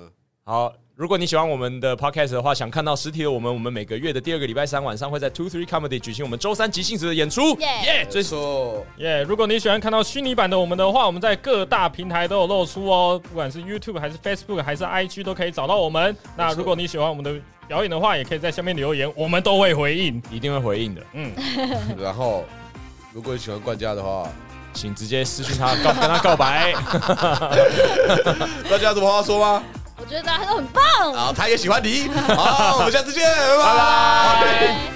Speaker 5: 好，如果你喜欢我们的 podcast 的话，想看到实体的我们，我们每个月的第二个礼拜三晚上会在 Two Three Comedy 举行我们周三即兴时的演出。
Speaker 6: 耶
Speaker 5: 耶！最
Speaker 4: 说
Speaker 3: 耶、如果你喜欢看到虚拟版的我们的话，我们在各大平台都有露出哦，不管是 YouTube 还是 Facebook 还是 IG 都可以找到我们。那如果你喜欢我们的表演的话，也可以在下面留言，我们都会回应。
Speaker 5: 一定会回应的，
Speaker 3: 嗯，
Speaker 4: 然后如果你喜欢冠家的话，
Speaker 5: 请直接私讯他告跟他告白。
Speaker 4: 大家有什么话说吗？
Speaker 6: 我觉得大家都很棒。
Speaker 4: 啊，他也喜欢你，好，我们下次见，拜拜。
Speaker 6: 拜拜